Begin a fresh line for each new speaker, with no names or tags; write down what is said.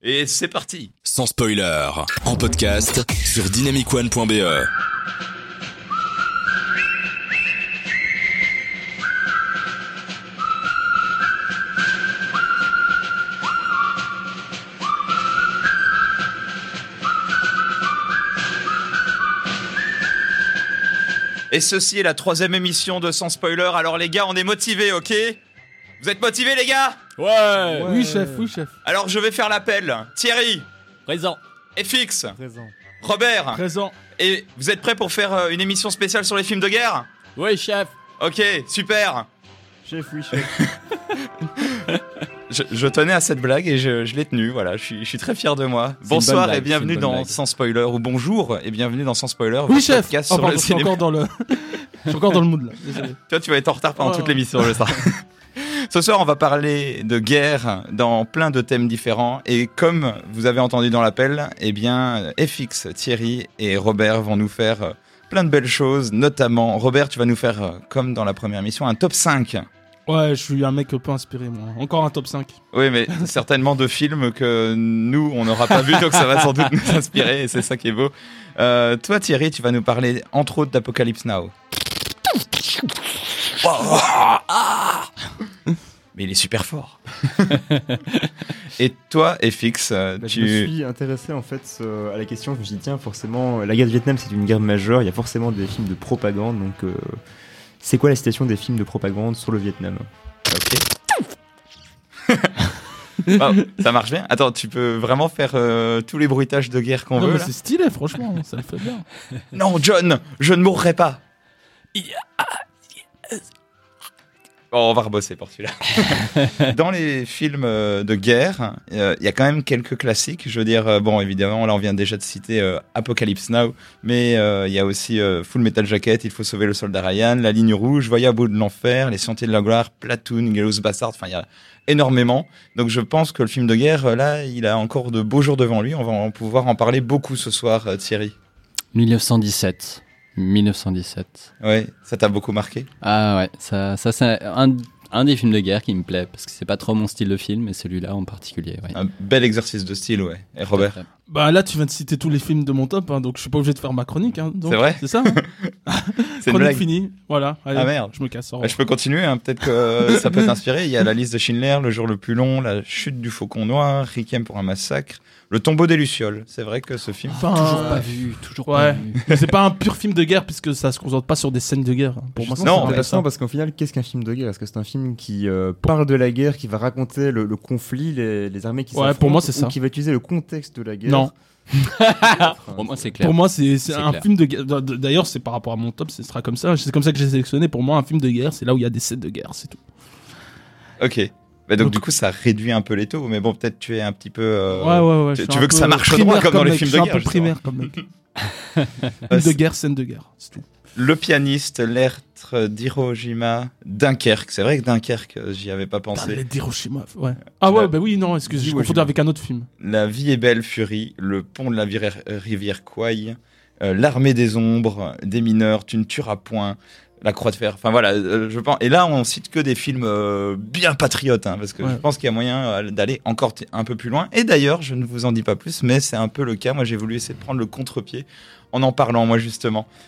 Et c'est parti
Sans spoiler, en podcast sur dynamicone.be.
Et ceci est la troisième émission de Sans Spoiler, alors les gars, on est motivés, ok Vous êtes motivés les gars
Ouais
Oui, chef, oui, chef.
Alors je vais faire l'appel. Thierry,
Présent
FX,
Présent.
Robert,
Présent.
et vous êtes prêts pour faire euh, une émission spéciale sur les films de guerre
Oui, chef
Ok, super
Chef, oui, chef.
je, je tenais à cette blague et je, je l'ai tenue, voilà, je suis, je suis très fier de moi.
une bonne
Bonsoir
blague,
et bienvenue
c'est une bonne
dans
blague.
Sans Spoiler, ou bonjour et bienvenue dans Sans Spoiler,
Oui,
votre
chef.
podcast
Oh,
sur
pardon,
le
je suis
cinéma.
encore dans le. Je suis encore dans le mood là. Désolé.
Toi, tu vas être en retard pendant
Oh.
toute l'émission, je sens. Ce soir, on va parler de guerre dans plein de thèmes différents. Et comme vous avez entendu dans l'appel, eh bien, FX, Thierry et Robert vont nous faire euh, plein de belles choses. Notamment, Robert, tu vas nous faire, euh, comme dans la première émission, un top 5.
Ouais, je suis un mec peu inspiré, moi. Encore un top 5.
Oui, mais certainement de films que nous, on n'aura pas vu, donc ça va sans doute nous inspirer, et c'est ça qui est beau. Euh, toi, Thierry, tu vas nous parler, entre autres, d'Apocalypse Now. Mais il est super fort. et toi, FX, euh,
Bah, Je me
tu...
suis intéressé en fait euh, à la question. Je me suis dit tiens forcément euh, la guerre du Vietnam c'est une guerre majeure. Il y a forcément des films de propagande. Donc euh, c'est quoi la situation des films de propagande sur le Vietnam
Oh, ça marche bien Attends, tu peux vraiment faire euh, tous les bruitages de guerre qu'on
Non,
veut
mais
là
c'est stylé, franchement, hein, ça le fait bien.
Non, John, je ne mourrai pas. Bon, Ah, oh, on va rebosser pour celui-là. Dans les films euh, de guerre, euh, il y a quand même quelques classiques. Je veux dire, euh, bon, évidemment, là, on vient déjà de citer euh, Apocalypse Now, mais euh, il y a aussi euh, Full Metal Jacket, Il faut sauver le soldat Ryan, La Ligne Rouge, Voyage au bout de l'enfer, Les Sentiers de la gloire, Platoon, Gallows Bastard. Enfin, il y a énormément. Donc, je pense que le film de guerre, euh, là, il a encore de beaux jours devant lui. On va en pouvoir en parler beaucoup ce soir, euh, Thierry.
1917. 1917.
Ouais, ça t'a beaucoup marqué.
Ah ouais, ça, ça c'est un, un des films de guerre qui me plaît, parce que c'est pas trop mon style de film, mais celui-là en particulier, ouais.
Un bel exercice de style, ouais. Et Ah, Robert
Bah là, tu viens de citer tous les films de mon top, hein, donc je suis pas obligé de faire ma chronique. Hein, donc,
C'est vrai
C'est ça hein
C'est une
Chronique
blague.
finie. Voilà. Allez,
Ah, merde.
Je me casse.
Bah,
au revoir.
je peux continuer, hein, peut-être que euh, ça peut t'inspirer. Il y a la liste de Schindler, Le jour le plus long, La chute du faucon noir, Requiem pour un massacre, Le tombeau des Lucioles. C'est vrai que ce film.
Enfin,
Toujours
euh,
pas vu, toujours
ouais.
pas vu.
mais c'est pas un pur film de guerre puisque ça se concentre pas sur des scènes de guerre. hein. Pour moi,
Non,
c'est
mais-
pas ça.
intéressant parce qu'au final qu'est-ce qu'un film de guerre Est-ce que c'est un film qui euh, parle de la guerre, qui va raconter le, le conflit, les, les armées qui
Ouais, pour
s'affrontent,
moi, c'est
ou
ça.
Qui va utiliser le contexte de la guerre
Non.
Enfin,
Pour moi, c'est clair.
Pour moi, c'est c'est
C'est
un
clair.
film de guerre. D- d- D'ailleurs, c'est par rapport à mon top, ce sera comme ça. C'est comme ça que j'ai sélectionné. Pour moi, un film de guerre, c'est là où il y a des scènes de guerre, c'est tout.
Ok. Bah, donc,
Donc-
du coup, ça réduit un peu les taux, mais bon, peut-être tu es un petit peu. euh,
ouais, ouais.
tu-
je suis
tu
un
veux que
peu
ça marche droit
primaire
comme dans les
mec,
films
je suis
de
un
guerre,
peu primaire comme mec. Film de guerre, scène de guerre, c'est tout.
Le pianiste, L'Ertre d'Hiroshima, Dunkerque. C'est vrai que Dunkerque, euh, j'y avais pas
Putain,
pensé.
les d'Hiroshima, ouais. Ah ouais,
La-
bah oui, non, excusez, je
Hiroshima.
confondu avec un autre film.
La vie est belle, Fury, Le pont de la vir- rivière Kouai, euh, L'armée des ombres, Des mineurs, Tu ne tueras point, La croix de fer. Enfin voilà, euh, je pense. Et là, on cite que des films euh, bien patriotes, hein, parce que
Ouais.
je pense qu'il y a moyen euh, d'aller encore t- un peu plus loin. Et d'ailleurs, je ne vous en dis pas plus, mais c'est un peu le cas. Moi, j'ai voulu essayer de prendre le contre-pied en en parlant, moi, justement.